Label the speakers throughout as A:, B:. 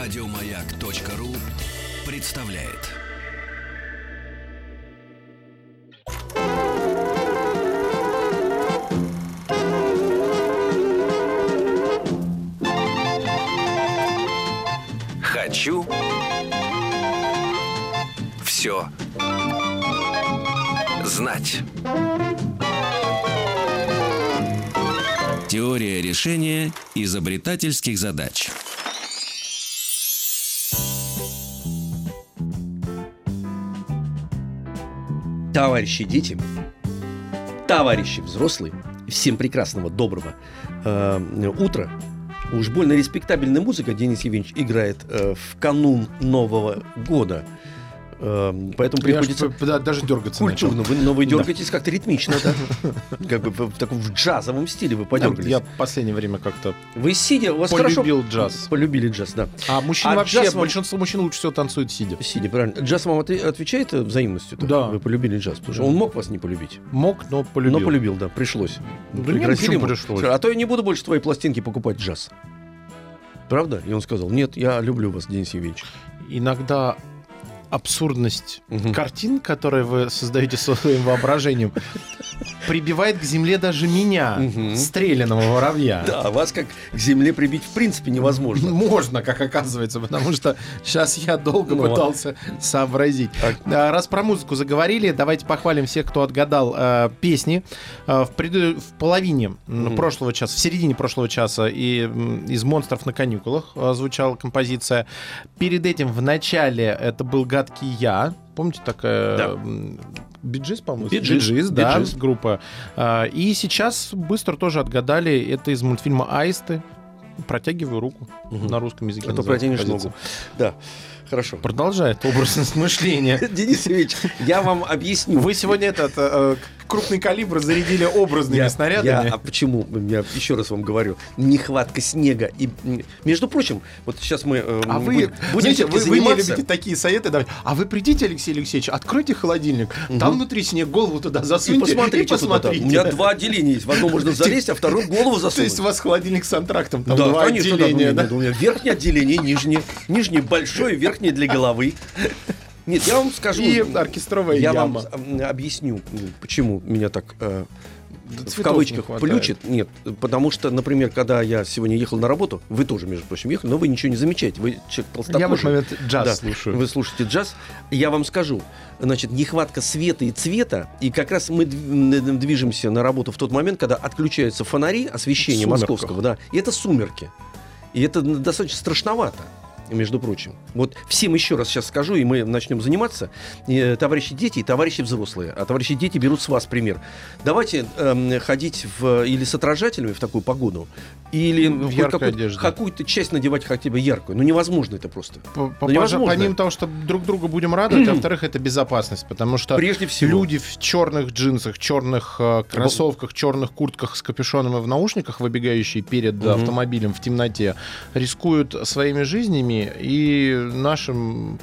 A: Радиомаяк.ру представляет. Хочу все знать. Теория решения изобретательских задач.
B: Товарищи дети, товарищи взрослые, всем прекрасного, доброго э, утра. Уж больно респектабельная музыка Денис Евгеньевич играет э, в канун Нового года. Э, поэтому
C: Я аж
B: приходится
C: п- да, даже дергаться начал.
B: культурно. Вы, но вы дергаетесь как-то ритмично, да? Как бы в, в таком в джазовом стиле вы
C: Да,
B: подергались.
C: Я в последнее время как-то
B: Вы сидя, у вас
C: полюбил
B: хорошо...
C: джаз.
B: Полюбили джаз, да.
C: А мужчины
B: А
C: вообще,
B: джаз вам-
C: большинство мужчин лучше всего танцуют сидя.
B: Сидя, правильно. Джаз вам отве- отвечает э, взаимностью? -то?
C: Да.
B: Вы полюбили джаз, потому что
C: Да.
B: он мог вас не полюбить.
C: Мог, но полюбил.
B: Но Ну, полюбил, Ну, да, пришлось.
C: Да
B: Пригрозили
C: нет, почему
B: ему.
C: пришлось?
B: Сказали, А то я не буду больше твои пластинки покупать джаз. Правда? И он сказал, нет, я люблю вас, Денис Евгеньевич.
C: Иногда абсурдность
B: Мгм.
C: картин, которые вы создаете со своим воображением, прибивает к земле даже меня,
B: Мгм.
C: стрелянного воробья.
B: Да, вас как к земле прибить в принципе невозможно.
C: Можно, как оказывается, потому что сейчас я долго
B: Ну,
C: пытался сообразить. А, Раз про музыку заговорили, давайте похвалим всех, кто отгадал э, песни. Э, в, преду- в половине м,
B: Мгм.
C: прошлого часа, в середине прошлого часа и м, из «Монстров на каникулах» э, звучала композиция. Перед этим в начале это был «Гадкий я». Помните, такая...
B: Да.
C: м, Биджис, по-моему,
B: Биджис,
C: Биджис, да,
B: Биджис.
C: группа. А, И сейчас быстро тоже отгадали. Это из мультфильма Аисты. Протягиваю руку
B: Мгм.
C: на русском языке.
B: А то
C: называется
B: протянешь
C: композиция.
B: ногу. Да, хорошо.
C: Продолжает образ мышления.
B: Денис Евгеньевич, я вам объясню.
C: Вы сегодня этот э, э, крупный калибр зарядили образными
B: Я-
C: снарядами.
B: я- а почему? Я еще раз вам говорю, нехватка снега. И, м, между прочим, вот сейчас мы э,
C: А
B: м,
C: вы,
B: будем- будем
C: знаете,
B: всё-таки
C: вы, вы мне
B: заниматься.
C: любите такие советы давать. А вы придите, Алексей Алексеевич, откройте холодильник, там внутри снег, голову туда засуньте
B: И посмотрите, что туда.
C: посмотрите.
B: У меня два отделения есть. В одно можно залезть, а второе голову
C: То
B: засунуть.
C: есть у вас холодильник с антрактом, там
B: да,
C: два
B: конечно, да,
C: отделения,
B: да,
C: да?
B: да, У меня верхнее отделение, нижнее. Нижнее большое, верхнее для головы. Нет, я вам скажу.
C: И оркестровая
B: я
C: яма.
B: вам м, объясню, м, почему меня так э, в
C: цветов не
B: кавычках
C: хватает.
B: плючит. Нет, потому что, например, когда я сегодня ехал на работу, вы тоже, между прочим, ехали, но вы ничего не замечаете. Вы человек толстокожий.
C: Я в этот момент джаз
B: Да,
C: слушаю.
B: Вы слушаете джаз. Я вам скажу, значит, нехватка света и цвета, и как раз мы дв- м, движемся на работу в тот момент, когда отключаются фонари освещения
C: В сумерках.
B: московского, да, и это сумерки. И это м, достаточно страшновато, между прочим. Вот всем еще раз сейчас скажу, и мы начнем заниматься. И, э, Товарищи дети и товарищи взрослые. А товарищи дети берут с вас пример. Давайте эм, ходить в, или с отражателями в такую погоду, или
C: Ну, В
B: хоть
C: яркой
B: какую-то-
C: одежде.
B: какую-то часть надевать хотя бы яркую. Ну невозможно это просто.
C: По- по-
B: Да невозможно.
C: помимо того, что друг другу будем рады, а во-вторых, это безопасность, потому что
B: Прежде всего.
C: люди в черных джинсах, черных э, кроссовках, черных куртках с капюшоном и в наушниках, выбегающие перед э,
B: Мгм.
C: автомобилем в темноте, рискуют своими жизнями и нашим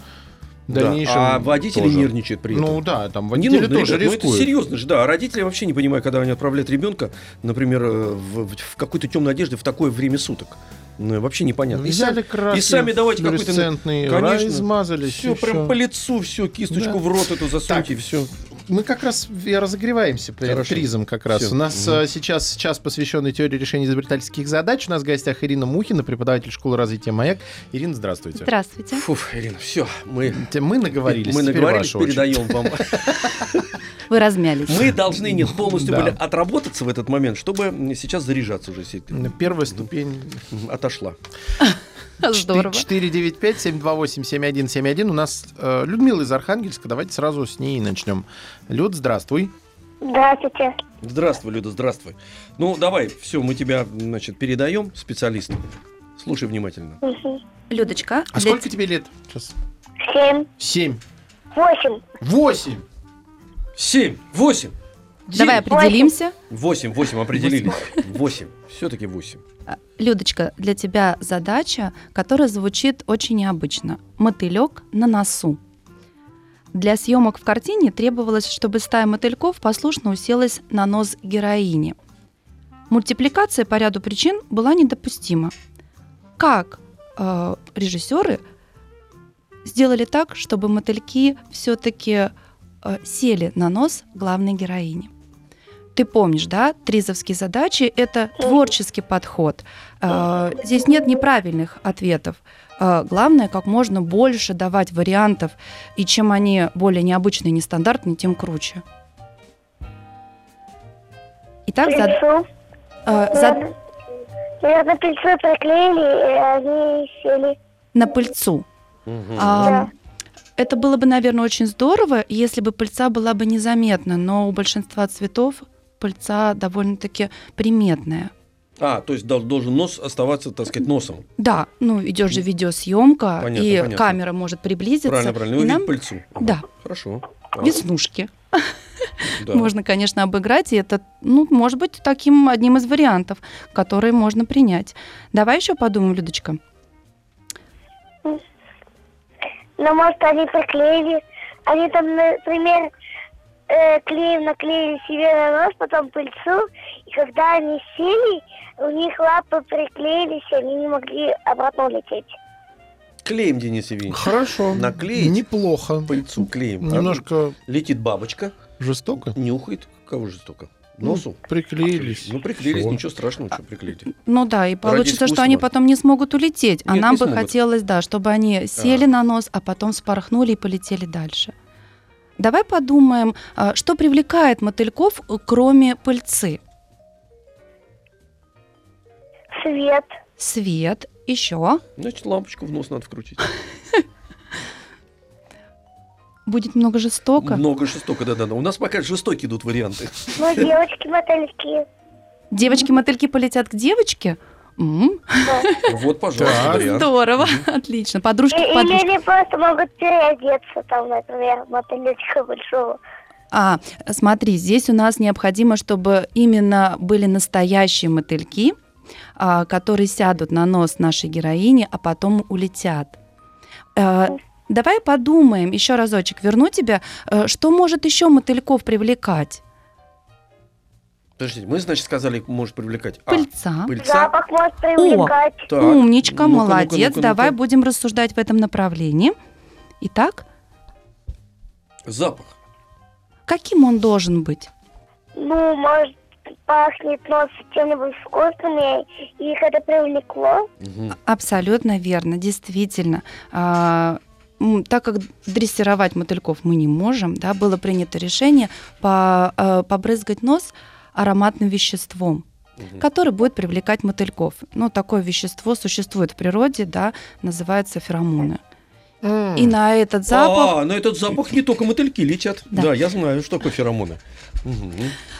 B: Да,
C: дальнейшим.
B: А водители
C: тоже.
B: нервничают при этом.
C: Ну да, там
B: Не
C: водители
B: нужно,
C: тоже
B: ребят, ну это
C: рискуют.
B: серьезно же, да. А Родители вообще не понимают, когда они отправляют ребенка, например, э, в, в какой-то темной одежде в такое время суток. Ну, Вообще непонятно. И
C: Взяли
B: сами-
C: краски
B: и сами давайте какой-то-
C: флуоресцентные,
B: Конечно.
C: размазались,
B: Все,
C: и
B: прям
C: всё.
B: по лицу, все, кисточку
C: Да.
B: в рот эту
C: Так.
B: засуньте, все.
C: Мы как раз и разогреваемся перед
B: Хорошо.
C: призом как раз.
B: Всё.
C: У нас
B: Мгм.
C: э, сейчас час посвященный теории решения изобретательских задач. У нас в гостях Ирина Мухина, преподаватель школы развития «Маяк». Ирина, здравствуйте.
D: Здравствуйте.
B: Фуф, Ирина, все, мы...
C: Те- Мы наговорились.
B: Мы
C: теперь
B: наговорились,
C: ваша очередь.
B: передаем вам.
D: Вы размялись.
B: Мы должны, нет, полностью
C: Да.
B: были отработаться в этот момент, чтобы сейчас заряжаться уже. если ты
C: Первая ступень.
B: Отошла.
D: Здорово.
C: 495-728-7171. У нас э, Людмила из Архангельска. Давайте сразу с ней и начнем. Люд, здравствуй.
E: Здравствуйте.
B: Здравствуй, Люда, здравствуй. Ну, давай, все, мы тебя, значит, передаем специалисту. Слушай внимательно.
E: Мгм.
D: Людочка,
C: А
D: для
C: сколько тебе лет? Сейчас.
E: Семь.
C: Семь.
E: Восемь.
C: Восемь.
B: Семь, восемь.
D: т- давай определимся.
B: Восемь, восемь, определились. Восемь. Все-таки восемь.
D: А, Людочка, для тебя задача, которая звучит очень необычно. Мотылек на носу. Для съемок в картине требовалось, чтобы стая мотыльков послушно уселась на нос героини. Мультипликация по ряду причин была недопустима. Как э, режиссеры сделали так, чтобы мотыльки все-таки сели на нос главной героини. Ты помнишь, да, тризовские задачи – это творческий подход. Э, Здесь нет неправильных ответов. Э, Главное, как можно больше давать вариантов, и чем они более необычные, нестандартные, тем круче. Итак, зад-
E: Плюсу.
D: э, зад-
E: Ее на пыльцу приклеили, и они сели.
D: на пыльцу.
B: Мгм.
D: Ам, Это было бы, наверное, очень здорово, если бы пыльца была бы незаметна, но у большинства цветов пыльца довольно-таки приметная.
B: А, то есть дол- должен нос оставаться, так сказать, носом.
D: Да, ну идет же видеосъемка,
B: Понятно,
D: и
B: понятно.
D: камера может приблизиться.
B: Правильно, правильно.
D: и
B: Увидеть
D: нам
B: пыльцу.
D: Да.
B: Хорошо. А,
D: веснушки
B: да.
D: можно, конечно, обыграть, и это, ну, может быть, таким одним из вариантов, которые можно принять. Давай еще подумаем, Людочка.
E: Но, может, они приклеили. Они там, например, э, клеем наклеили себе на нос, потом пыльцу. И когда они сели, у них лапы приклеились, и они не могли обратно улететь.
B: Клеем, Денис Евгеньевич.
C: Хорошо.
B: Наклеить?
C: Неплохо.
B: Пыльцу клеем.
C: Немножко
B: А, Летит бабочка,
C: жестоко.
B: нюхает. Кого же столько? Носу.
C: Ну, Приклеились.
B: Ну, приклеились,
C: Всё.
B: ничего страшного, что приклеите.
D: Ну да, и получится, что
B: искусства.
D: они потом не смогут улететь. А
B: Нет,
D: нам
B: не
D: бы
B: смогут.
D: хотелось, да, чтобы они сели на нос, а потом спорхнули и полетели дальше. Давай подумаем, а, что привлекает мотыльков, э, кроме пыльцы.
E: Свет.
D: Свет, еще.
B: Значит, лампочку в нос надо вкрутить.
D: Будет много жестоко.
B: Много жестоко, да-да-да. У нас пока жестокие идут варианты.
E: Ну, девочки-мотыльки.
D: Девочки-мотыльки полетят к девочке. М,
B: Вот, пожалуйста,
C: Так.
B: вариант.
D: здорово, отлично. Подружки
E: И-
D: к
E: Или
D: подружке.
E: они просто могут переодеться, там, например, мотылечка большого.
D: А, смотри, здесь у нас необходимо, чтобы именно были настоящие мотыльки, а, которые сядут на нос нашей героини, а потом улетят. Э, Давай подумаем, еще разочек верну тебя, э, что может еще мотыльков привлекать?
B: Подождите, мы, значит, сказали, может привлекать А.
D: Пыльца.
B: Пыльца.
E: Запах может привлекать.
B: Так. Ну-ка,
D: Умничка,
B: ну-ка,
D: молодец.
B: ну-ка, ну-ка.
D: Давай будем рассуждать в этом направлении. Итак,
B: Запах.
D: каким он должен быть?
E: Ну, может, пахнет нос чем-нибудь вкусным, и их это привлекло.
B: Мгм.
D: Абсолютно верно, действительно. А, м, так как дрессировать мотыльков мы не можем, да, было принято решение по- э, побрызгать нос ароматным веществом,
B: Мгм.
D: которое будет привлекать мотыльков. Ну, такое вещество существует в природе, да, называется феромоны. И на этот запах,
B: А, на этот запах не только мотыльки летят.
D: Да.
B: Да, я знаю, что такое феромоны. Мгм.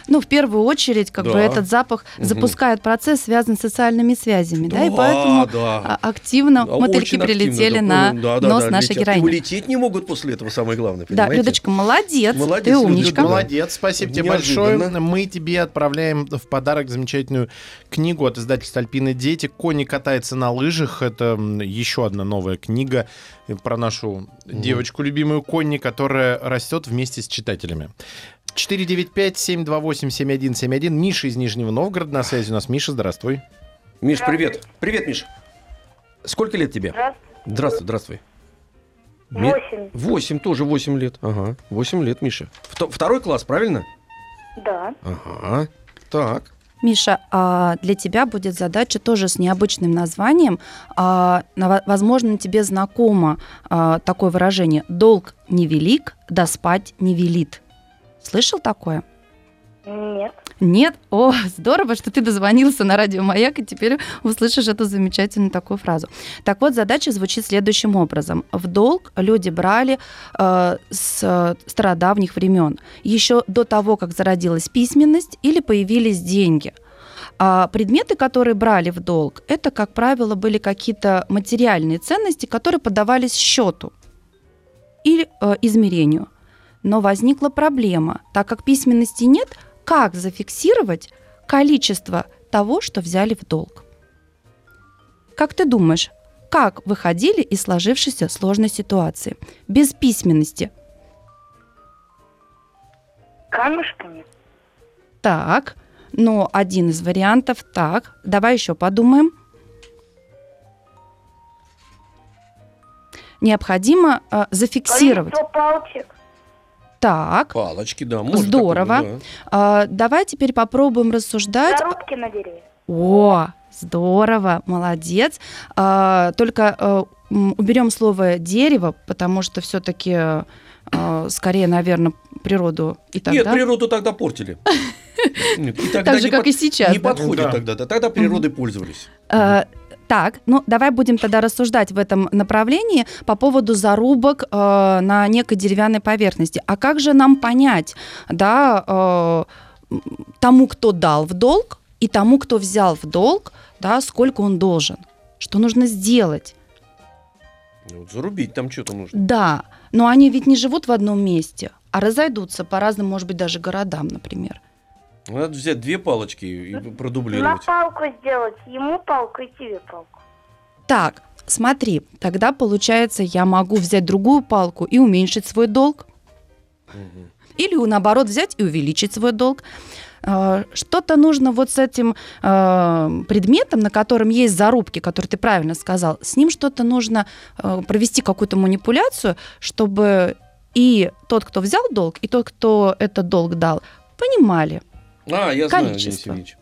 D: ну, в первую очередь, как
B: Да.
D: бы этот запах
B: Мгм.
D: запускает процесс, связанный с социальными связями, да, и
B: Да,
D: поэтому
B: да.
D: а, активно
B: Да,
D: мотыльки
B: очень активно,
D: прилетели
B: да,
D: на
B: ну, да, да,
D: нос
B: да,
D: нашей
B: летят. И
D: героини.
B: улететь не могут после этого, самое главное,
D: Да,
B: понимаете?
D: Людочка, молодец,
B: Молодец,
D: ты умничка.
B: Людочка, да.
C: Молодец, спасибо тебе
B: Неожиданно.
C: большое. Мы тебе отправляем в подарок замечательную книгу от издательства «Альпины дети». «Кони катается на лыжах». Это м, еще одна новая книга э, про нашу девочку любимую Конни, которая растет вместе с читателями. 495-728-7171. Миша из Нижнего Новгорода на связи у нас. Миша, здравствуй.
B: Миш, привет. Привет, Миш. Сколько лет тебе? Здравствуй, здравствуй. Ми-
F: Восемь,
B: Восемь, тоже восемь лет. Ага, восемь лет, Миша. Вто- Второй класс, правильно?
F: да.
B: Ага. Так.
D: Миша, а для тебя будет задача тоже с необычным названием. А, нава- возможно, тебе знакомо а, такое выражение «долг невелик, да спать не велит». Слышал такое?
F: Нет.
D: Нет? О, здорово, что ты дозвонился на радио «Маяк» и теперь услышишь эту замечательную такую фразу. Так вот, задача звучит следующим образом. В долг люди брали э, с э, стародавних времен, еще до того, как зародилась письменность или появились деньги. А предметы, которые брали в долг, это, как правило, были какие-то материальные ценности, которые подавались счету или э, измерению. Но возникла проблема, так как письменности нет, как зафиксировать количество того, что взяли в долг. Как ты думаешь, как выходили из сложившейся сложной ситуации? Без письменности.
F: Камешками?
D: Так, но один из вариантов так. Давай еще подумаем. необходимо э, зафиксировать.
F: Количество палочек.
D: Так,
B: Палочки, да,
D: Здорово.
B: такое, да.
D: э, давай теперь попробуем рассуждать.
F: Коробки на дереве.
D: О, здорово, молодец. А, только э, м, уберем слово дерево, потому что все-таки скорее, наверное, природу и так
B: Нет,
D: да?
B: природу тогда портили. Нет, и тогда
D: Так же,
B: не
D: как
B: под-
D: и сейчас.
B: Не
D: да?
B: подходит
C: Да.
B: тогда, Ну да. Тогда природой пользовались.
D: Э, Так, ну давай будем тогда рассуждать в этом направлении по поводу зарубок э, на некой деревянной поверхности. А как же нам понять, да, э, м, тому, кто дал в долг, и тому, кто взял в долг, да, сколько он должен? Что нужно сделать?
B: Ну, Вот зарубить там что-то нужно.
D: Да, но они ведь не живут в одном месте, а разойдутся по разным, может быть, даже городам, например.
B: Надо взять две палочки и
F: На
B: продублировать.
F: палку сделать. Ему палку и тебе палку.
D: Так, смотри, тогда получается, я могу взять другую палку и уменьшить свой долг,
B: Мгм.
D: или наоборот взять и увеличить свой долг. Э, Что-то нужно вот с этим э, предметом, на котором есть зарубки, который ты правильно сказал, с ним что-то нужно э, провести какую-то манипуляцию, чтобы и тот, кто взял долг, и тот, кто этот долг дал, понимали.
B: А, я знаю, Денис
D: Количество.
B: Евгеньевич.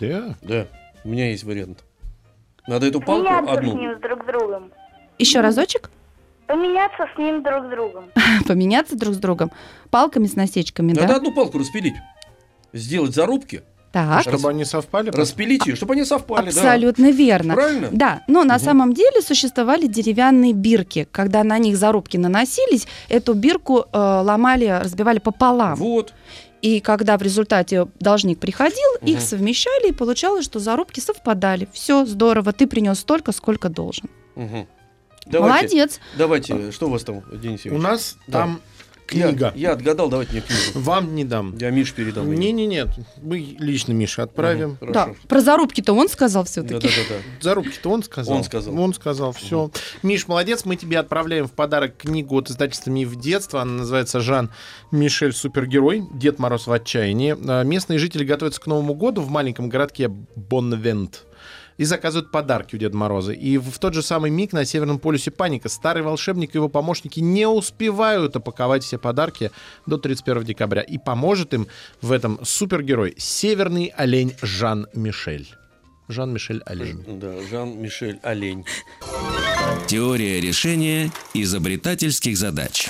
B: Да, у меня есть вариант. Надо эту палку
F: Поменяться с
B: одну.
F: ним друг с другом.
D: Еще разочек
F: Поменяться с ним друг с другом.
D: поменяться друг с другом палками с насечками,
B: Надо
D: да?
B: одну палку распилить. Сделать зарубки,
D: Так,
C: Чтобы они совпали?
B: распилить ее, чтобы они совпали. да.
D: абсолютно верно.
B: Правильно?
D: Да, но на
B: Мгм.
D: самом деле существовали деревянные бирки. Когда на них зарубки наносились, эту бирку э, ломали, разбивали пополам.
B: Вот.
D: И когда в результате должник приходил, их
B: Мгм.
D: совмещали, и получалось, что зарубки совпадали. Все здорово, ты принес столько, сколько должен.
B: Мгм. Давайте,
D: Молодец.
B: давайте, что у вас там, Денис
C: У
B: Евгеньевич?
C: нас
B: Да.
C: там
B: Я-
C: книга.
B: Я, отгадал, давайте мне книгу.
C: Вам не дам.
B: Я Мише передам.
C: не не нет мы лично Мише отправим.
D: Да, про зарубки-то он сказал все-таки.
B: Да-да-да.
C: Зарубки-то он сказал.
B: Он сказал.
C: Он сказал, все. Миш, молодец, мы тебе отправляем в подарок книгу от издательства «Миф детства». Она называется «Жан Мишель Супергерой. Дед Мороз в отчаянии». А, Местные жители готовятся к Новому году в маленьком городке Бонвент. И заказывают подарки у Деда Мороза. И в тот же самый миг на Северном полюсе паника. Старый волшебник и его помощники не успевают опаковать все подарки до 31 декабря. И поможет им в этом супергерой северный олень Жан Мишель. Жан-Мишель Олень.
B: Да, Жан-Мишель Олень.
A: Теория решения изобретательских задач.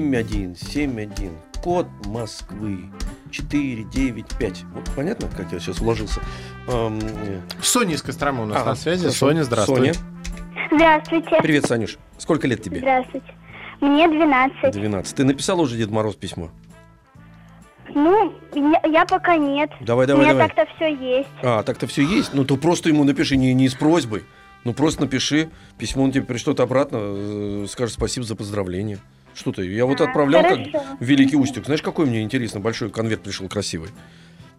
B: 728-71-71. Код Москвы. 495. Вот понятно, как я сейчас уложился? Эм, э,
C: Соня из Костромы у нас
B: а,
C: на связи.
B: хорошо.
C: Соня, здравствуй.
B: Соня,
E: Здравствуйте.
B: привет, Санюш. Сколько лет тебе?
E: Здравствуйте. Мне 12.
B: 12. Ты написал уже Дед Мороз письмо?
E: Ну, я, я пока нет.
B: Давай,
E: У
B: давай,
E: меня
B: давай.
E: так-то все есть.
B: А, так-то все есть? Ну, то просто ему напиши, не, не с просьбой. Ну, просто напиши, письмо он тебе пришлет обратно, э, скажет спасибо за поздравление. Что ты, я вот
E: А,
B: отправлял как
E: хорошо.
B: в Великий Устюг. Знаешь, какой мне интересно большой конверт пришел красивый.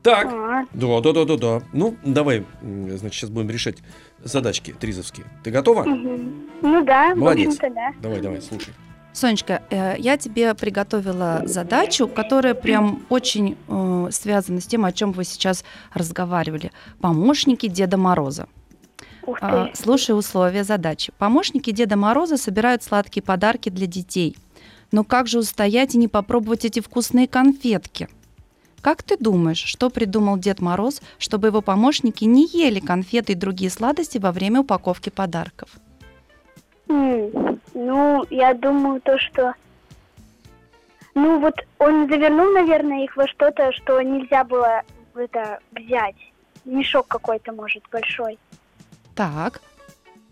B: Так,
E: А,
B: да, да, да, да, да. Ну, давай, м, значит, сейчас будем решать задачки тризовские. Ты готова?
E: мгм. Ну да,
B: Молодец.
E: в общем-то, да.
B: Давай, давай, слушай.
D: Сонечка, э, я тебе приготовила задачу, которая прям очень э, связана с тем, о чем вы сейчас разговаривали. Помощники Деда Мороза.
E: Ух ты.
D: А, Слушай условия задачи. Помощники Деда Мороза собирают сладкие подарки для детей. Но как же устоять и не попробовать эти вкусные конфетки? Как ты думаешь, что придумал Дед Мороз, чтобы его помощники не ели конфеты и другие сладости во время упаковки подарков?
E: М, Ну, я думаю, то, что... Ну, вот он завернул, наверное, их во что-то, что нельзя было в это взять. Мешок какой-то, может, большой.
D: Так,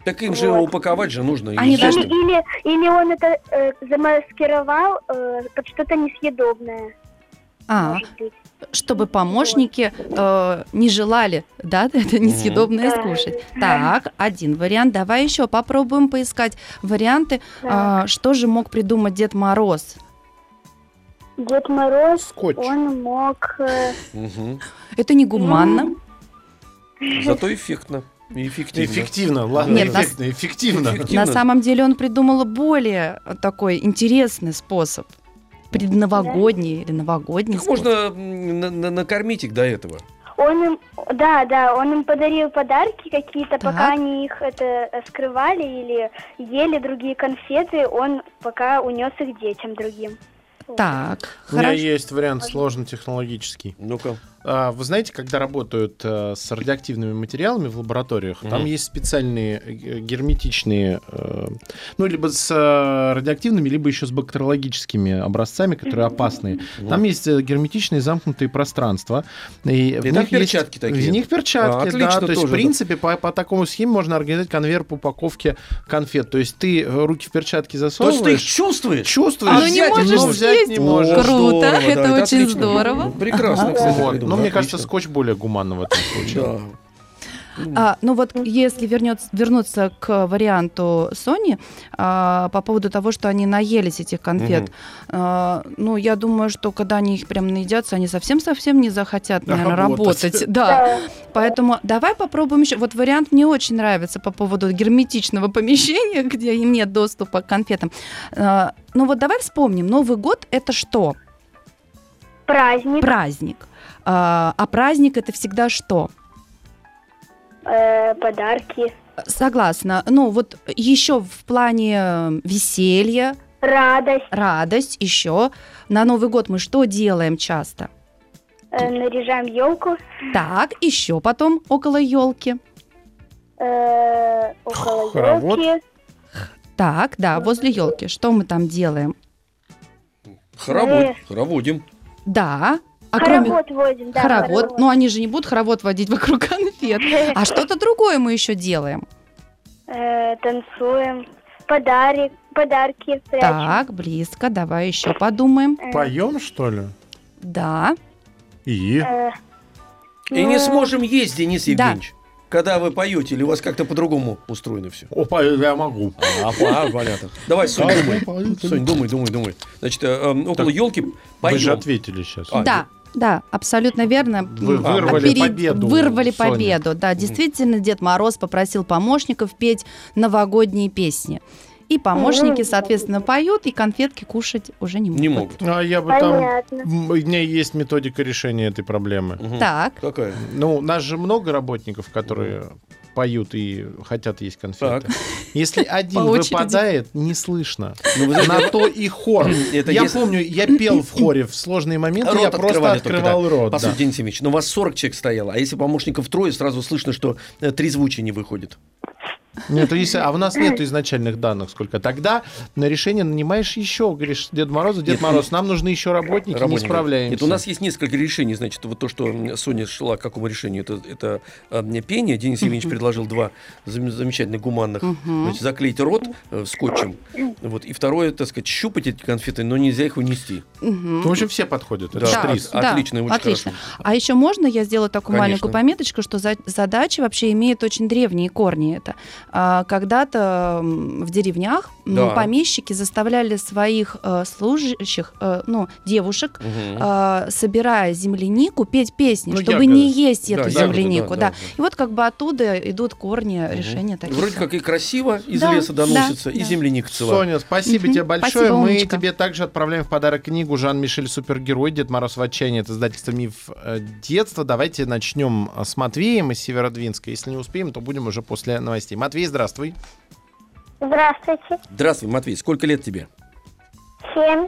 B: Так им же
E: Вот.
B: его упаковать же нужно.
D: Они
B: Или-
E: Или, или, или он это э, замаскировал э, под что-то несъедобное,
D: а,
E: может быть.
D: чтобы помощники э, не желали, да, это несъедобное
E: Да.
D: скушать. Так, один вариант. Давай еще попробуем поискать варианты,
E: Да.
D: а, что же мог придумать Дед Мороз.
E: Дед Мороз,
C: Скотч.
E: он мог... э, ну,
B: Мгм.
D: Это не гуманно.
B: Зато эффектно. и Эффективно.
C: Эффективно, ладно,
D: Нет, нас-
C: эффектно, эффективно.
B: Эффективно.
D: На самом деле он придумал более такой интересный способ. Предновогодний или новогодний
B: Так
D: способ.
B: можно м, на- на- накормить их до этого.
E: он им,
F: Да, да, он им подарил подарки какие-то, пока
D: Так.
F: они их это э, скрывали или ели другие конфеты, он пока унес их детям другим.
D: Так,
C: У меня
D: хорошо.
C: есть вариант сложно технологический.
B: Ну-ка.
C: А, Вы знаете, когда работают а, с радиоактивными материалами в лабораториях, там
B: Мгм.
C: есть специальные э, герметичные, э, ну, либо с э, радиоактивными, либо еще с бактериологическими образцами, которые опасные. Там есть э, герметичные замкнутые пространства. И, в
B: И там
C: них есть-
B: перчатки такие.
C: В них
B: А,
C: перчатки,
B: отлично
C: да. То есть,
B: тоже,
C: в
B: да.
C: принципе, по, по такому схеме можно организовать конвейер по упаковке конфет. То есть ты э, руки в перчатки
B: То
C: засовываешь.
B: есть ты их чувствуешь?
C: чувствуешь,
B: А, но не можешь
C: но взять
D: съесть?
C: не можешь.
D: Круто,
B: да, Ну,
D: это очень здорово.
B: Прекрасно, кстати.
C: Вот.
B: придумано,
C: Но мне
B: отлично.
C: кажется, скотч более гуманно в этом случае.
B: Да.
D: А, ну вот, если вернется, вернуться к варианту Sony а, по поводу того, что они наелись этих конфет,
B: Мгм.
D: а, ну я думаю, что когда они их прям наедятся, они совсем-совсем не захотят, наверное,
C: Работать.
D: работать. Да. Поэтому давай попробуем еще. Вот вариант мне очень нравится по поводу герметичного помещения, где им нет доступа к конфетам. А, ну вот давай вспомним, Новый год это что?
F: Праздник,
D: Праздник. А, а праздник это всегда что?
F: э, подарки,
D: Согласна. Ну, вот еще в плане э, веселья,
F: радость,
D: радость, еще. На Новый год мы что делаем часто?
F: э, наряжаем елку
D: Так, еще потом около елки.
F: э, около
C: Хоровод.
F: елки,
D: Так, да, возле елки. Что мы там делаем?
B: Хоровод, хороводим.
D: Да. А кроме
F: хоровод водим, да,
D: хоровод. ну Но они же не будут хоровод водить вокруг конфет. А что-то другое мы еще делаем.
F: Э, танцуем, подари, подарки прячем.
D: Так, близко. Давай еще подумаем.
F: Э,
C: Поем, что ли?
D: Да.
C: И?
F: э,
B: И
F: ну,
B: не сможем есть, Денис
D: Да.
B: Евгеньевич. Когда вы поете, или у вас как-то по-другому устроено все?
C: Опа, я могу.
B: А, понятно. Давай, Сонь,
C: Да,
B: думай.
C: поете.
B: Сонь, думай, думай, думай. Значит, э, эм, около елки
C: Вы же
B: поем.
C: ответили сейчас.
B: А,
D: Да, да, абсолютно верно.
C: Вы
D: М,
C: вырвали победу,
D: Вырвали
C: Соня.
D: победу, да. Действительно, Дед Мороз попросил помощников петь новогодние песни. И помощники, соответственно, поют, и конфетки кушать уже не могут.
B: Не могут.
C: А я бы там...
F: Понятно.
C: М, У меня есть методика решения этой проблемы.
B: Мгм.
D: Так,
B: Какая?
C: Ну, у нас же много работников, которые поют и хотят есть конфеты.
B: Так.
C: Если один
D: По очереди.
C: выпадает, не слышно.
B: Ну, вы знаете,
C: На то и хор.
B: Это
C: я
B: если-
C: помню, я пел в хоре в сложные моменты,
B: Рот
C: я просто
B: открывали только,
C: открывал
B: да.
C: рот.
B: По
C: да.
B: сути, Денис Евгеньевич, но у вас 40 человек стояло, а если помощников трое, сразу слышно, что э, трезвучие не выходит.
C: Нет, если, а у нас нет изначальных данных сколько. Тогда на решение нанимаешь еще, говоришь, Дед Морозу, Дед
B: Нет, ну,
C: Мороз, нам нужны еще работники,
B: Работники.
C: не справляемся.
B: Нет, у нас есть несколько решений, значит, вот то, что м, Соня шла к какому решению, это, это а, мне пение. Денис Евгеньевич предложил два зам- замечательных гуманных.
D: Мгм.
B: Значит, заклеить рот э, скотчем, вот, и второе, так сказать, щупать эти конфеты, но нельзя их унести.
D: мгм.
C: Ну, вообще все подходят. Это
B: Да.
C: ж
D: Да.
C: приз.
B: от- отлично, очень
D: отлично.
B: хорошо.
D: А еще можно я сделаю такую
B: Конечно.
D: маленькую пометочку, что за- задача вообще имеет очень древние корни. Это А, когда-то м, в деревнях м,
B: Да.
D: помещики заставляли своих э, служащих, э, ну девушек,
B: Мгм.
D: а, собирая землянику, петь песни,
C: Ну,
D: чтобы
C: ягоды.
D: не есть
B: Да,
D: эту
B: ягоды,
D: землянику.
B: да,
D: Да,
B: да, да.
D: И вот как бы оттуда идут корни
B: Мгм.
D: решения таких.
B: Вроде как и красиво из
D: Да,
B: леса доносится,
D: да,
B: и
D: да.
B: земляника цела.
C: Соня, спасибо
D: Мгм.
C: тебе большое.
D: Спасибо,
C: Мы
D: умничка.
C: тебе также отправляем в подарок книгу «Жан-Мишель Супергерой. Дед Мороз в отчаянии». Это издательство «Миф э, детства». Давайте начнем э, с Матвеем из Северодвинска. Если не успеем, то будем уже после новостей. Матвей, здравствуй.
F: Здравствуйте.
B: Здравствуй, Матвей, сколько лет тебе?
F: Семь.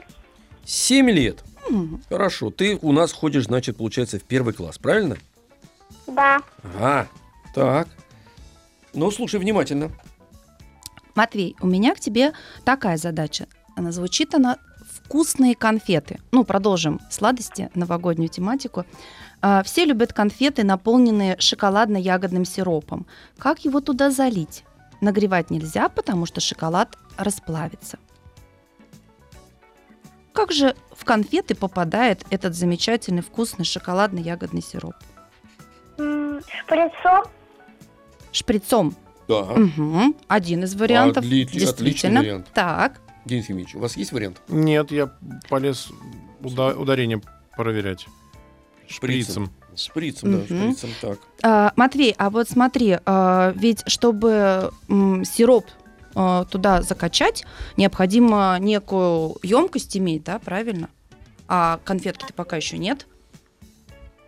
B: Семь лет.
D: М,
B: Хорошо, ты у нас ходишь, значит, получается, в первый класс, правильно?
F: Да.
B: Ага, так. Ну, слушай внимательно.
D: Матвей, у меня к тебе такая задача. Она звучит, она вкусные конфеты. Ну, продолжим сладости, новогоднюю тематику. А, все любят конфеты, наполненные шоколадно-ягодным сиропом. Как его туда залить? Нагревать нельзя, потому что шоколад расплавится. Как же в конфеты попадает этот замечательный вкусный шоколадно-ягодный сироп?
F: М, Лицо.
D: Шприцом.
B: Да.
D: Мгм. Один из вариантов.
B: Отли- А. отличный
D: Действительно.
B: вариант.
D: Так.
B: Денис Евгеньевич, у вас есть вариант?
C: Нет, я полез ударение проверять.
B: Шприцем. Шприцем, да,
D: Мгм.
B: шприцем, так.
D: А, Матвей, а вот смотри, а, ведь чтобы м, сироп а, туда закачать, необходимо некую емкость иметь, да, правильно? А конфетки-то пока еще нет.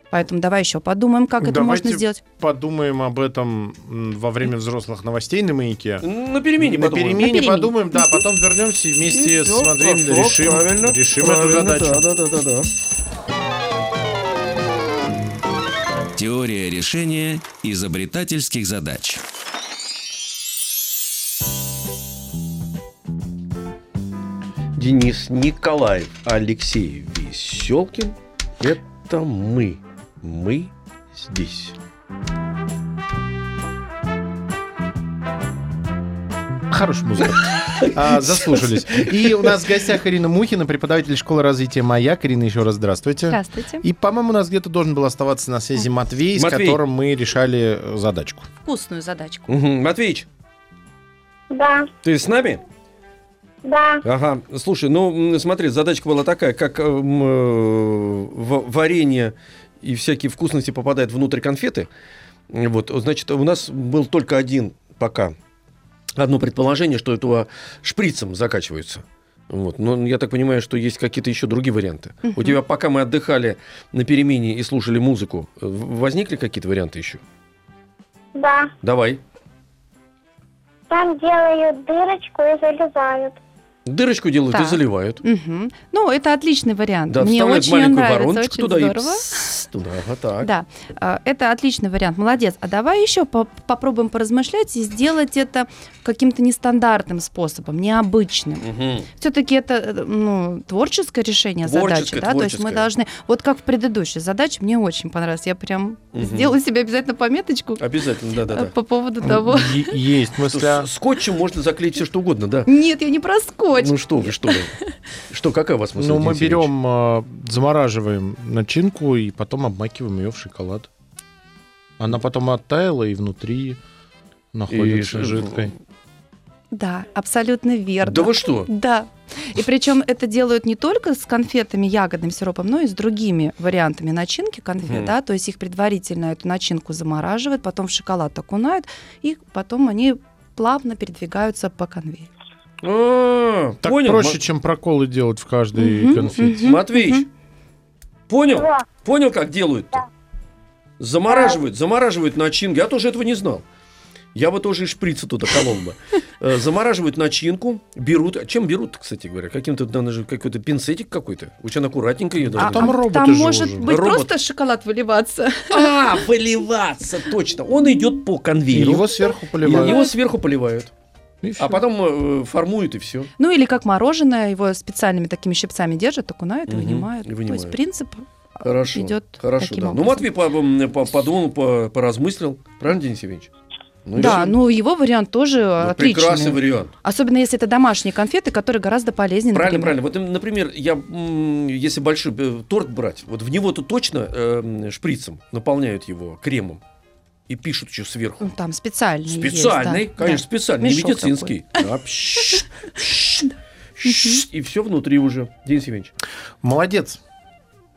D: Поэтому давай еще подумаем, как это
C: Давайте
D: можно сделать.
C: Подумаем об этом м, во время взрослых новостей на маяке.
B: Ну, На перемене
C: на
B: подумаем.
C: перемене
D: На перемене.
C: подумаем, да, потом вернемся и вместе
B: И
C: с
B: всё,
C: Андреем
B: хорошо,
C: решим,
B: правильно,
C: решим
B: правильно,
C: эту задачу.
B: Да, да, да, да, да.
A: Теория решения изобретательских задач.
B: Денис Николаев, Алексей Веселкин. Это мы. Мы здесь.
C: Хорошая музыка. А, заслушались. И у нас в гостях Ирина Мухина, преподаватель школы развития «Маяк». Ирина, еще раз здравствуйте.
D: Здравствуйте.
C: И, по-моему, у нас где-то должен был оставаться на связи Матвей, с
B: Матвей.
C: которым мы решали э, задачку.
D: Вкусную задачку.
B: Мгм. Матвеич,
E: Да,
B: ты с нами?
E: да,
B: Ага, слушай, ну м, смотри, задачка была такая, как эм, э, в- варенье и всякие вкусности попадают внутрь конфеты. Вот, значит, у нас был только один пока одно предположение, что этого шприцем закачиваются. Вот. Но я так понимаю, что есть какие-то еще другие варианты. У тебя, пока мы отдыхали на перемене и слушали музыку, э, в- возникли какие-то варианты еще?
E: да.
B: Давай.
E: Там делают дырочку и заливают.
B: Дырочку делают и
D: Так.
B: заливают.
D: Мгм. Ну, это отличный вариант.
B: Да,
D: Мне
B: вставляют
D: очень он
B: маленькую
D: нравится,
B: вороночку
D: очень
B: туда и
D: здорово.
B: пс- туда, вот так.
D: Да, э, это отличный вариант, молодец. А давай еще по- попробуем поразмышлять и сделать это каким-то нестандартным способом, необычным.
B: Мгм.
D: Все-таки это э, ну, творческое решение
B: Творческое,
D: задачи, да? То есть мы
B: творческое.
D: должны, вот как в предыдущей задаче, мне очень понравилось, я прям
B: Мгм. А,
D: сделаю себе обязательно пометочку
B: Обязательно,
D: э,
B: да-да-да.
D: по поводу того.
C: Е- Есть мысля.
B: С- Скотчем можно заклеить все что угодно, да.
D: Нет, я не про скотч.
B: Ну что вы, что вы. Что, какая у вас мысль?
C: Ну, мы
B: Денис Ильич?
C: берем, э, замораживаем начинку и потом обмакиваем ее в шоколад. Она потом оттаяла и внутри находится
B: ш-
C: жидкой.
D: Да, абсолютно верно.
B: Да вы что?
D: Да. И причем это делают не только с конфетами, ягодным сиропом, но и с другими вариантами начинки конфет,
B: Мгм.
D: да, то есть их предварительно эту начинку замораживают, потом в шоколад окунают, и потом они плавно передвигаются по конвейеру.
B: А,
C: Так
B: Понял.
C: проще, чем проколы делать в каждой
D: Мгм,
C: конфете.
B: М- Матвеич, понял?
E: Да.
B: Понял, как делают-то? Замораживают, замораживают начинки. Я тоже этого не знал. Я бы тоже и шприца туда колол бы. Э, Замораживают начинку, берут... а Чем берут, кстати говоря? Каким-то, надо же, какой-то пинцетик какой-то. Очень аккуратненько ее
C: А там роботы
D: там
C: же
D: может
C: уже.
D: быть
B: Робот.
D: просто шоколад выливаться.
B: А, выливаться, точно. Он идет по
C: И
B: конвейеру.
C: его сверху
B: И на
C: поливают.
B: него сверху поливают.
C: И всё.
B: А потом э, формуют и все.
D: Ну или как мороженое, его специальными такими щипцами держат, окунают и
B: Мгм,
D: вынимают.
B: и
D: То есть
B: вынимают.
D: принцип
B: Хорошо.
D: идет
B: Хорошо,
D: таким
B: да.
D: образом.
B: Ну, Матвей по- м, по- подумал, по- поразмыслил. Правильно, Денис Евгеньевич? Ну, и
D: да,
B: всё.
D: ну его вариант тоже
B: Ну,
D: отличный.
B: Прекрасный вариант.
D: Особенно если это домашние конфеты, которые гораздо полезнее.
B: Правильно,
D: например.
B: правильно. Вот, м, например, я, м, если большой э, торт брать, вот в него-то точно э, м, шприцем наполняют его кремом и пишут еще сверху.
D: Ну, Там специальный. есть, да.
B: Специальный,
D: Да.
B: конечно, специальный, не
D: Мешок
B: медицинский. Да, пш, пш, пш, И все внутри уже. Денис Евгеньевич.
C: Молодец.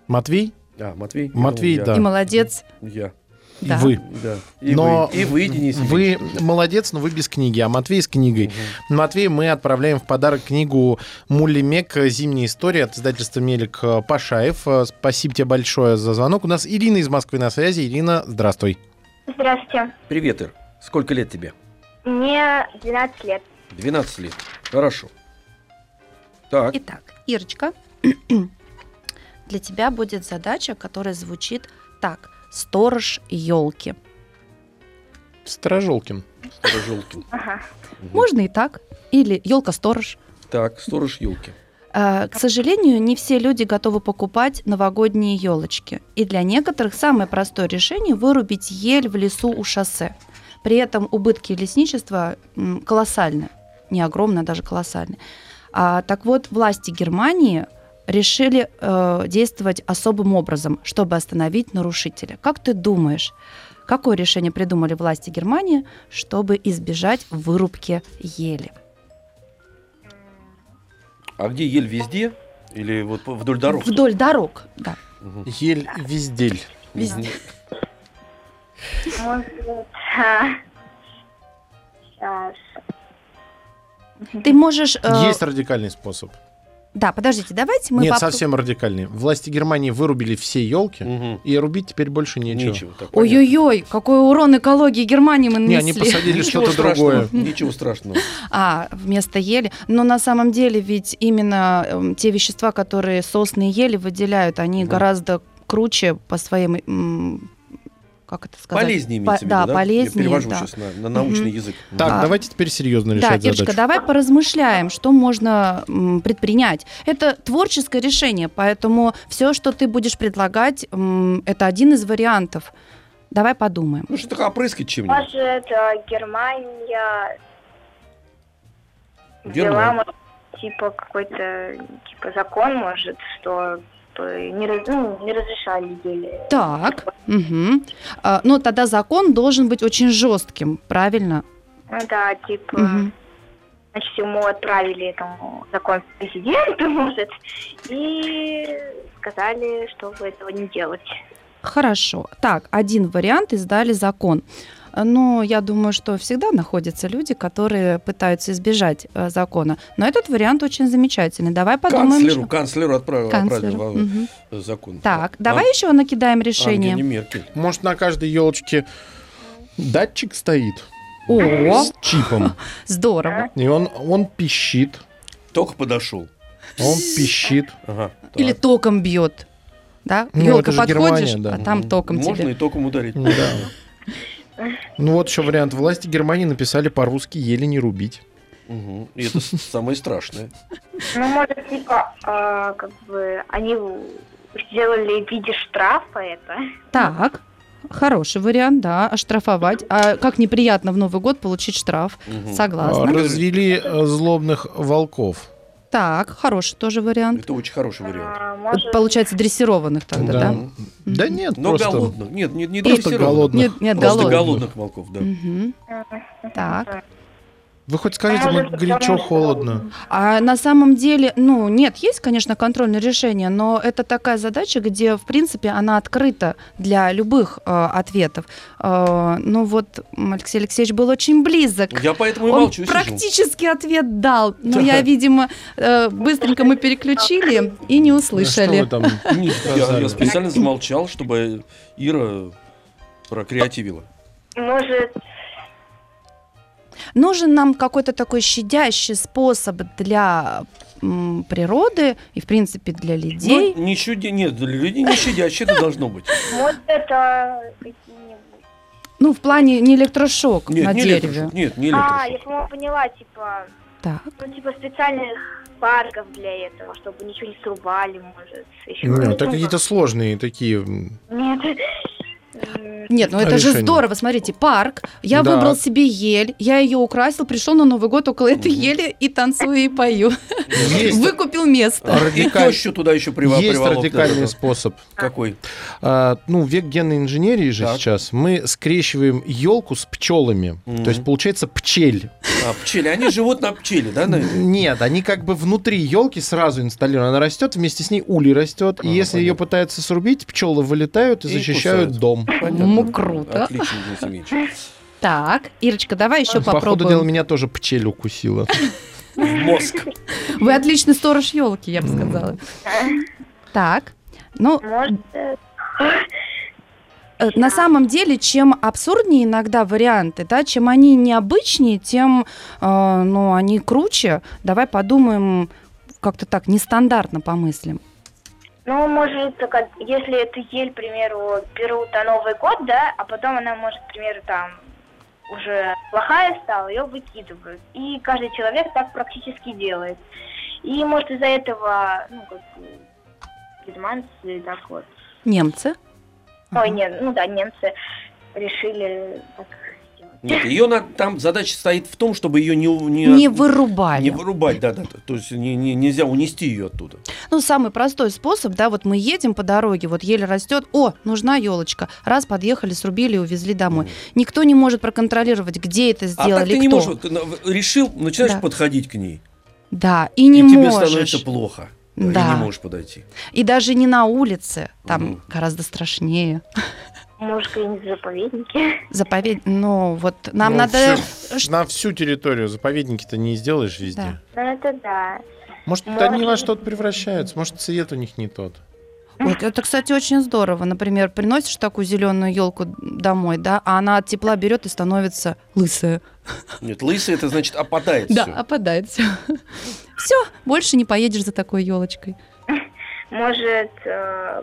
C: Матвей?
B: А, Матвей.
C: Матвей,
B: Ну, я.
C: да.
D: И молодец.
B: Я.
D: да.
C: И вы.
B: Да. И,
C: Но
B: вы, и вы, Денис
C: Вы
B: Евгеньевич.
C: молодец, но вы без книги. А Матвей с книгой. Матвей мы отправляем в подарок книгу «Мулимек. Зимняя история» от издательства «Мелик» э, Пашаев. Э, Спасибо тебе большое за звонок. У нас Ирина из Москвы на связи. Ирина, здравствуй.
F: Здравствуйте.
B: Привет, Ир. Сколько лет тебе?
F: Мне 12 лет.
B: 12 лет. Хорошо. Так.
D: Итак, Ирочка, для тебя будет задача, которая звучит так. Сторож елки.
C: Сторожелкин.
B: Сторожелкин.
F: Ага.
D: Можно и так. Или елка-сторож.
B: Так, сторож елки.
D: Э, К сожалению, не все люди готовы покупать новогодние елочки. И для некоторых самое простое решение – вырубить ель в лесу у шоссе. При этом убытки лесничества м, колоссальны. Не огромные, а даже колоссальны. А, так вот, власти Германии решили э, действовать особым образом, чтобы остановить нарушителя. Как ты думаешь, какое решение придумали власти Германии, чтобы избежать вырубки ели?
B: А где ель везде? Или вот по- вдоль дорог?
D: Вдоль дорог, да.
B: Мгм.
C: Ель вездель.
D: везде.
F: Может быть, а, щас.
D: Ты можешь... э,
C: Есть радикальный способ.
D: Да, подождите, давайте Э, мы
C: Нет,
D: попро-
C: совсем радикальнее. Власти Германии вырубили все елки,
B: Мгм.
C: и рубить теперь больше нечего.
B: Нечего. так, понятно.
D: Ой-ой-ой, какой урон экологии Германии мы
C: Не, они
D: нанесли.
C: посадили
B: Ничего
C: что-то
B: страшного.
C: другое.
B: Ничего страшного.
D: А, вместо ели. Но на самом деле ведь именно эм, те вещества, которые сосны и ели выделяют, они
B: Мгм.
D: гораздо круче по своим... м, Как это сказать?
B: Полезнее
D: По-
B: имеется в виду,
D: да,
B: да?
D: полезнее,
B: Я перевожу
D: да.
B: сейчас на, на научный язык.
C: Так,
D: Да.
C: давайте теперь серьезно
D: Да,
C: решать
D: Кирочка,
C: задачу.
D: давай поразмышляем, что можно м, предпринять. Это творческое решение, поэтому все, что ты будешь предлагать, м, это один из вариантов. Давай подумаем.
B: Ну, что такое опрыскать чем-нибудь?
E: Может, э, Германия взяла,
B: Германия.
E: может, типа какой-то типа закон, может, что не, раз- ну, не разрешали ели.
D: Так, мгм. А, но тогда закон должен быть очень жестким, правильно?
E: Ну да, типа,
D: Мгм.
E: значит, ему отправили этому закон президенту, может, и сказали, чтобы этого не делать.
D: Хорошо. Так, один вариант издали закон. Но я думаю, что всегда находятся люди, которые пытаются избежать э, закона. Но этот вариант очень замечательный. Давай подумаем.
B: Канцлеру,
D: что-
B: канцлеру отправил,
D: Канцлеру.
B: отправил во-
D: Мгм.
B: закон.
D: Так,
B: А-
D: давай еще накидаем решение.
B: Ангеле Меркель.
C: Может, на каждой елочке датчик стоит
D: О,
C: с чипом,
D: здорово.
C: и он, он пищит,
B: Только подошел.
C: он пищит.
B: Ага. так.
D: Или током бьет. Да?
C: Ну,
D: Елка
C: это же
D: подходишь,
C: Германия, да.
D: а там
B: Мгм.
D: током
B: Можно
D: тебе.
B: и током ударить.
C: Да. Ну вот еще вариант. Власти Германии написали по-русски еле не рубить.
B: Мгм. И это с- самое страшное.
E: Ну, может, типа, а, как бы, они сделали в виде штрафа это.
D: Так, хороший вариант, да, оштрафовать. А как неприятно в Новый год получить штраф.
B: Мгм.
D: Согласна.
C: Развели э, злобных волков.
D: Так, хороший тоже вариант.
B: Это очень хороший вариант.
E: А, может,
D: Получается, дрессированных тогда, да?
C: Да. Да нет,
B: Но
C: просто
B: голодных. Нет, не, не
C: Просто
B: дрессированных.
C: голодных.
D: Нет, нет,
B: Просто
D: голодных.
B: голодных. волков, да.
D: Мгм. Так.
C: Вы хоть скажите, мы горячо, холодно.
D: А на самом деле, ну, нет, есть, конечно, контрольное решение, но это такая задача, где, в принципе, она открыта для любых э, ответов. Э, ну вот, м, Алексей Алексеевич был очень близок.
B: Я поэтому и
D: Он
B: молчу. и сижу.
D: практически ответ дал, но
B: Да.
D: я, видимо, э, быстренько мы переключили и не услышали.
C: Что вы там?
B: Нет, Я, я
C: Сказали.
B: специально замолчал, чтобы Ира прокреативила.
E: может,
D: Нужен нам какой-то такой щадящий способ для м, природы и, в принципе, для людей.
B: Ну, не чуди- нет, для людей не щадящие это должно быть.
E: может, это какие-нибудь...
D: Ну, в плане не электрошок
B: Нет,
D: на
B: не
D: дереве.
B: электрошок, Нет, не
E: А, я
B: электрошок.
E: по-моему, поняла, типа,
D: Так.
E: ну, типа специальных парков для этого, чтобы ничего не срубали, может, еще
C: Ну, это какие-то сложные такие. м,
E: Нет. М,
D: Нет, ну это же
C: Решение.
D: здорово. Смотрите, парк. Я
C: Да.
D: выбрал себе ель, я ее украсил, пришел на Новый год около этой
B: Мгм.
D: ели и танцую и пою.
C: Есть
D: Выкупил место.
B: И
C: радикаль-
B: тещу туда еще прива-
C: Есть
B: приволок,
C: радикальный
B: да-да-да.
C: способ.
B: Какой?
C: А, ну, век генной инженерии же
B: Так.
C: сейчас. Мы скрещиваем елку с пчелами.
B: Мгм.
C: То есть получается пчель.
B: А, пчели. Они живут на пчеле, да, наверное?
C: Нет, они как бы внутри елки сразу инсталлированы. Она растет, вместе с ней улей растет. и
B: Ага,
C: если ее
B: понятно.
C: пытаются срубить, пчелы вылетают и,
B: И
C: защищают
B: кусают.
C: дом.
D: Ну, круто.
B: Отлично, Денис Евгеньевич.
D: Так, Ирочка, давай еще
C: Походу дела
D: попробуем.
C: меня тоже пчель укусила.
B: В мозг.
D: Вы отличный сторож елки, я бы сказала. Так. Ну,
E: Может, э,
D: Э, На самом деле, чем абсурднее иногда варианты, да, чем они необычнее, тем э, ну, они круче. Давай подумаем как-то так нестандартно помыслим.
E: ну, может, как- если эту ель, к примеру, берут на Новый год, да, а потом она, может, к примеру, там уже плохая стала, ее выкидывают. И каждый человек так практически делает. И, может, из-за этого, ну, как бы, германцы так вот.
D: Немцы.
E: Ой, нет, ну да, немцы решили так сделать.
B: Нет, ее надо, там задача стоит в том, чтобы ее не, у- не,
D: Не вырубали.
B: не вырубать, да, да. То есть не- не- нельзя унести ее оттуда.
D: Ну, самый простой способ, да, вот мы едем по дороге, вот еле растет, о, нужна елочка. Раз подъехали, срубили и увезли домой.
B: Мгм.
D: Никто не может проконтролировать, где это
B: А
D: сделали,
B: так ты
D: кто.
B: не можешь. вот, на- в- Решил, начинаешь
D: Да.
B: подходить к ней.
D: Да, и не
B: и тебе
D: можешь.
B: становится плохо. Э,
D: Да.
B: И не можешь подойти.
D: И даже не на улице, там
B: Мгм.
D: гораздо страшнее.
E: Может, какие-нибудь заповедники.
D: Заповедь, ну вот нам
C: Ну,
D: надо...
C: всё- На всю территорию заповедники-то не сделаешь везде.
D: Да.
E: Ну, это да.
C: Может, они во что-то превращаются, может, цвет у них не тот.
D: Вот, это, кстати, очень здорово. Например, приносишь такую зеленую елку домой, да, а она от тепла берет и становится лысая.
B: Нет, лысый это значит опадает
D: Да,
B: всё.
D: опадает все. Все, больше не поедешь за такой елочкой.
F: Может, э,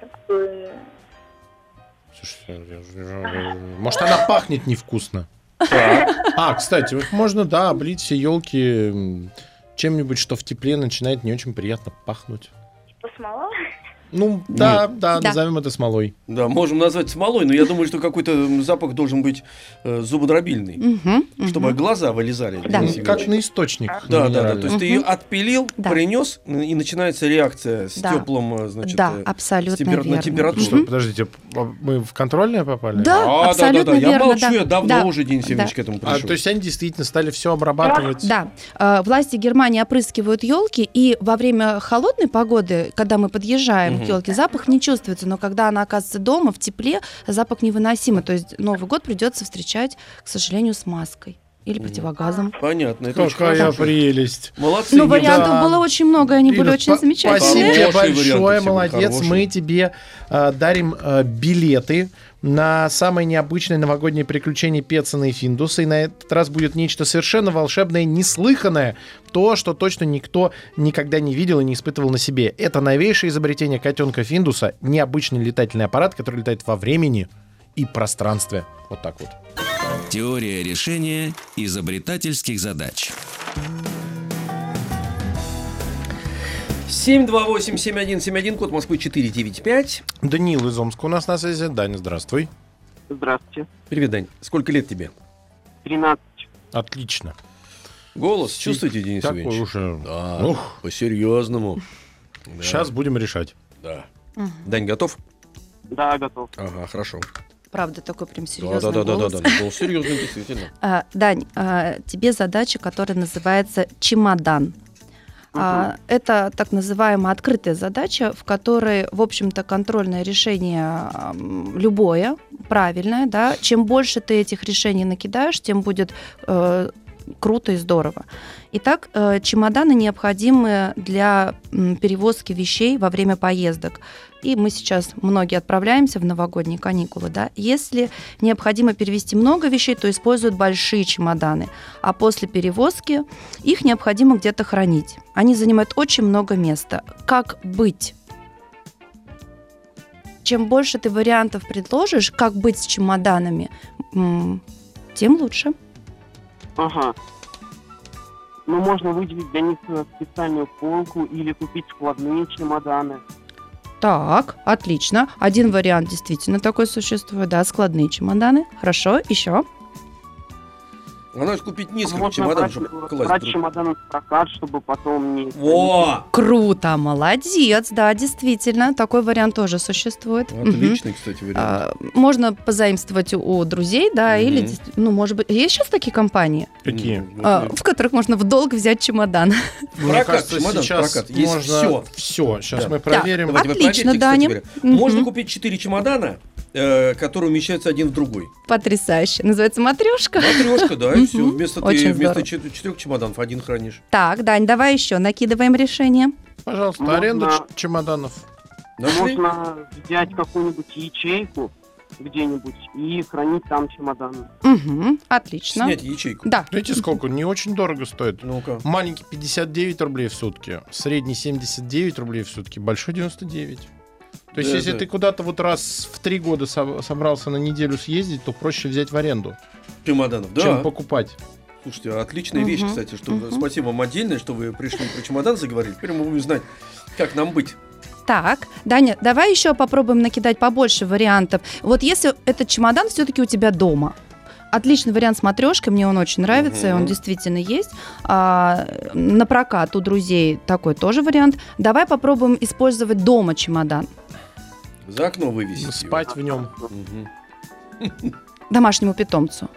F: какую...
C: Слушай, я же- Может, она пахнет невкусно. А, кстати, вот можно, да, облить все елки чем-нибудь, что в тепле начинает не очень приятно пахнуть.
F: типа смола?
C: Ну, да, да,
D: Да.
C: назовем это смолой.
B: Да, можем назвать смолой, но я думаю, что какой-то м, запах должен быть э, зубодробильный,
D: Мгм, мгм.
B: чтобы глаза вылезали.
D: Да.
B: Денис
C: Ну, Как
B: Евгеньевич.
C: на источник.
B: Да, да, да.
C: минеральный.
B: То есть ты ее
D: Мгм.
B: отпилил,
D: Да.
B: принес, н- и начинается реакция с
D: Да.
B: теплым, э, значит,
D: Да,
B: э,
D: абсолютно
B: с темпера- на
D: верно.
B: температуру.
D: Мгм.
C: Что, подождите, а мы в контрольное попали?
D: Да,
B: А, да, да,
D: абсолютно
B: да. Я
D: верно.
B: молчу,
D: да.
B: я давно
D: Да.
B: уже, Денис
D: Да.
B: Евгеньевич, к этому
C: А,
B: пришел.
C: то есть они действительно стали все обрабатывать?
D: Да, Э, власти Германии опрыскивают елки, и во время холодной погоды, когда мы подъезжаем
B: Мгм.
D: к елке, запах не чувствуется, но когда она оказывается дома, в тепле, запах невыносимый. То есть Новый год придется встречать, к сожалению, с маской или противогазом.
B: Понятно. Это очень
C: Какая
B: хорошо.
C: прелесть.
B: Молодцы.
D: Но
B: не-
D: Ну, вариантов
C: да.
D: было очень много, и они были
C: Ирина,
D: очень
C: спа-
D: замечательные.
B: Хорошие
C: Спасибо тебе
B: варианты
C: большое,
B: всегда,
C: молодец.
B: хорошие.
C: Мы тебе э, дарим э, билеты на самые необычные новогодние приключения Петсона и Финдуса. И на этот раз будет нечто совершенно волшебное, неслыханное. То, что точно никто никогда не видел и не испытывал на себе. Это новейшее изобретение котенка Финдуса. Необычный летательный аппарат, который летает во времени и пространстве. Вот так вот.
A: Теория решения изобретательских задач.
B: 728-7171, код Москвы 495.
C: Даниил из Омска у нас на связи. Даня, здравствуй.
G: Здравствуйте.
B: Привет, Дань. Сколько лет тебе?
G: 13.
C: Отлично.
B: Голос чувствуете, Денис
C: Такой
B: Евгеньевич?
C: уже.
B: Да,
C: Ух.
B: по-серьезному. Да,
C: Сейчас будем решать.
B: Да.
D: Мгм.
B: Дань, готов?
G: Да, готов.
B: Ага, хорошо.
D: Правда, такой прям серьезный
B: Да, да, да, да,
D: голос.
B: да, Голос серьезный, действительно.
D: А, Дань, а, тебе задача, которая называется чемодан. А, Это так называемая открытая задача, в которой, в общем-то, контрольное решение а, м, любое, правильное, да. Чем больше ты этих решений накидаешь, тем будет э, круто и здорово. Итак, э, чемоданы необходимы для м, перевозки вещей во время поездок. И мы сейчас многие отправляемся в новогодние каникулы, да. Если необходимо перевести много вещей, то используют большие чемоданы, а после перевозки их необходимо где-то хранить. Они занимают очень много места. Как быть? Чем больше ты вариантов предложишь, как быть с чемоданами, м, тем лучше.
G: Ага. Ну, можно выделить для них э, специальную полку или купить складные чемоданы.
D: Так, отлично. Один вариант действительно такой существует, да, складные чемоданы. Хорошо, еще.
B: Она же купить несколько
G: Можно
B: чемоданов,
G: брать,
B: чтобы
G: э, брать
B: класть друг-
G: чемоданы в прокат, чтобы потом не...
B: Во!
D: Круто, молодец, да, действительно, такой вариант тоже существует. Мгм.
B: Отличный, кстати, вариант.
D: А, Можно позаимствовать у- у друзей, да,
B: Мгм.
D: или, действ- ну, может быть, есть сейчас такие компании,
C: Какие?
B: М, вот
D: а,
B: и-
D: в которых можно в долг взять чемодан.
C: Ну, Мне
B: Прокат,
C: кажется,
B: чемодан,
C: сейчас
B: прокат. Есть
C: можно
B: всё.
C: Все, сейчас
B: Да.
C: мы проверим.
D: Да.
B: Давайте вы
D: отлично,
B: проверьте, кстати
D: Даня.
B: говоря. Можно
D: Мгм.
B: купить четыре чемодана, э, которые умещаются один в другой.
D: Потрясающе. Называется матрешка.
B: Матрешка, да, и
D: Мгм.
B: все. Вместо
D: Очень
B: ты вместо
D: здорово.
B: четырех чемоданов один хранишь.
D: Так, Дань, давай еще накидываем решение.
C: Пожалуйста,
G: Можно-
C: аренда ч- чемоданов.
B: Нашли?
G: Можно взять какую-нибудь ячейку где-нибудь и хранить там чемоданы.
D: Мгм, отлично.
B: Снять Ну, ячейку.
D: Да.
C: Знаете, сколько? Не очень дорого стоит.
B: Ну-ка.
C: Маленький 59 рублей в сутки, средний 79 рублей в сутки, большой 99. То есть,
B: Да,
C: если
B: да.
C: ты куда-то вот раз в три года со- собрался на неделю съездить, то проще взять в аренду,
B: Чемоданов, да.
C: чем покупать.
B: Слушайте, отличная вещь,
D: Мгм,
B: кстати. Что вы-
D: мгм.
B: Спасибо вам отдельное, что вы пришли про чемодан заговорили. Теперь мы будем знать, как нам быть.
D: Так, Даня, давай еще попробуем накидать побольше вариантов. Вот если этот чемодан все-таки у тебя дома. Отличный вариант с матрешкой, мне он очень нравится, и он
B: Мгм.
D: действительно есть. А, на прокат у друзей такой тоже вариант. Давай попробуем использовать дома чемодан.
B: За окно вывесить.
C: Спать в нем.
B: его. Мгм.
D: Домашнему питомцу.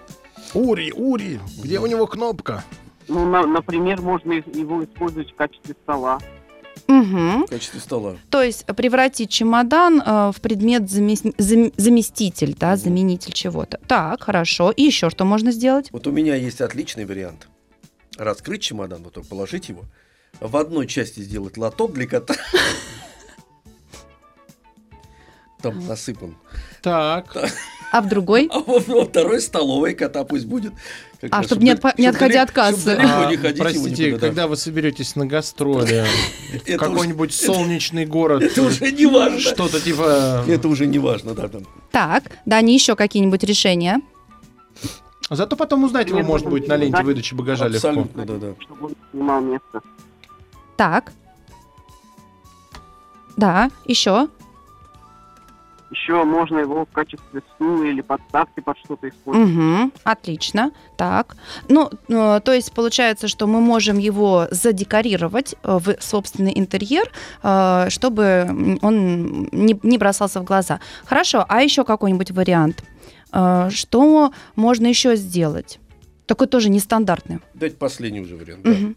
C: Ури, Ури, где у него кнопка?
G: Ну, на- например, можно их- его использовать в качестве стола.
D: Мгм.
B: В качестве стола.
D: То есть превратить чемодан э, в предмет замес- зам- заместитель, да,
B: Мгм.
D: заменитель чего-то. Так, хорошо. И еще что можно сделать?
B: Вот у меня есть отличный вариант. раскрыть чемодан, вот так положить его, в одной части сделать лоток для кота. Там насыпан.
C: Так.
D: А в другой?
B: А во во второй столовой кота пусть будет. Как
D: А,
B: раз,
D: чтоб не
B: да-
D: отпа- не
B: чтоб
D: отходя
B: далеко-
D: от кассы.
B: чтоб далеко не ходить его
C: а, простите,
B: никуда, да.
C: когда вы соберетесь на гастроли в
B: Это уж-
C: какой-нибудь солнечный город,
B: Это уже не важно.
C: что-то типа...
B: Это уже не важно, да. там.
D: Так, Дани, еще какие-нибудь решения?
C: э, Зато потом узнать его,
G: Нет,
C: может
G: это
C: быть, на ленте
G: да.
C: выдачи багажа легко.
B: Абсолютно, да, да.
G: чтобы он занимал место.
D: Так. Да, еще.
G: Еще можно его в качестве стула или подставки под что-то использовать.
D: Угу, отлично. Так. Ну, э, то есть получается, что мы можем его задекорировать э, в собственный интерьер, э, чтобы м, он не, не бросался в глаза. Хорошо, а еще какой-нибудь вариант? Э, Что можно еще сделать? Такой тоже нестандартный.
B: Дайте последний уже вариант. да.
D: Мгм.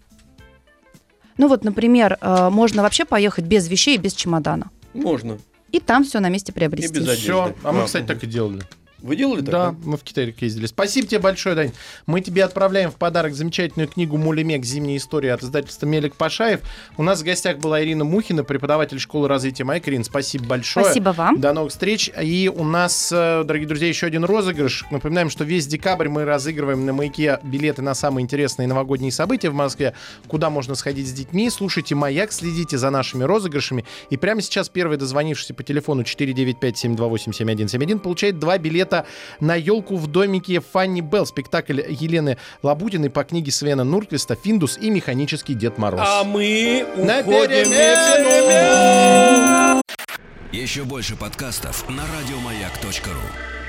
D: Ну вот, например, э, можно вообще поехать без вещей и без чемодана.
B: Можно.
D: И там все на месте
B: И без
D: приобрести.
B: одежды.
C: Все. А мы,
B: А,
C: кстати,
B: мгм.
C: так и делали.
B: Вы делали так?
C: Да, мы в Китай ездили. Спасибо тебе большое, Дань. Мы тебе отправляем в подарок замечательную книгу «Мулемек. Зимняя история» от издательства «Мелик Пашаев». У нас в гостях была Ирина Мухина, преподаватель школы развития Майк. Ирин, спасибо большое.
D: Спасибо вам.
C: До новых встреч. И у нас, э, дорогие друзья, еще один розыгрыш. Напоминаем, что весь декабрь мы разыгрываем на маяке билеты на самые интересные новогодние события в Москве, куда можно сходить с детьми. Слушайте маяк, следите за нашими розыгрышами. И прямо сейчас первый дозвонившийся по телефону 495-728-7171 получает два билета на елку в домике Фанни Белл. Спектакль Елены Лабутиной по книге Свена Нурквиста «Финдус и механический Дед Мороз».
B: А мы
C: На
B: уходим
C: перемену!
A: Еще больше подкастов на радиомаяк.ру.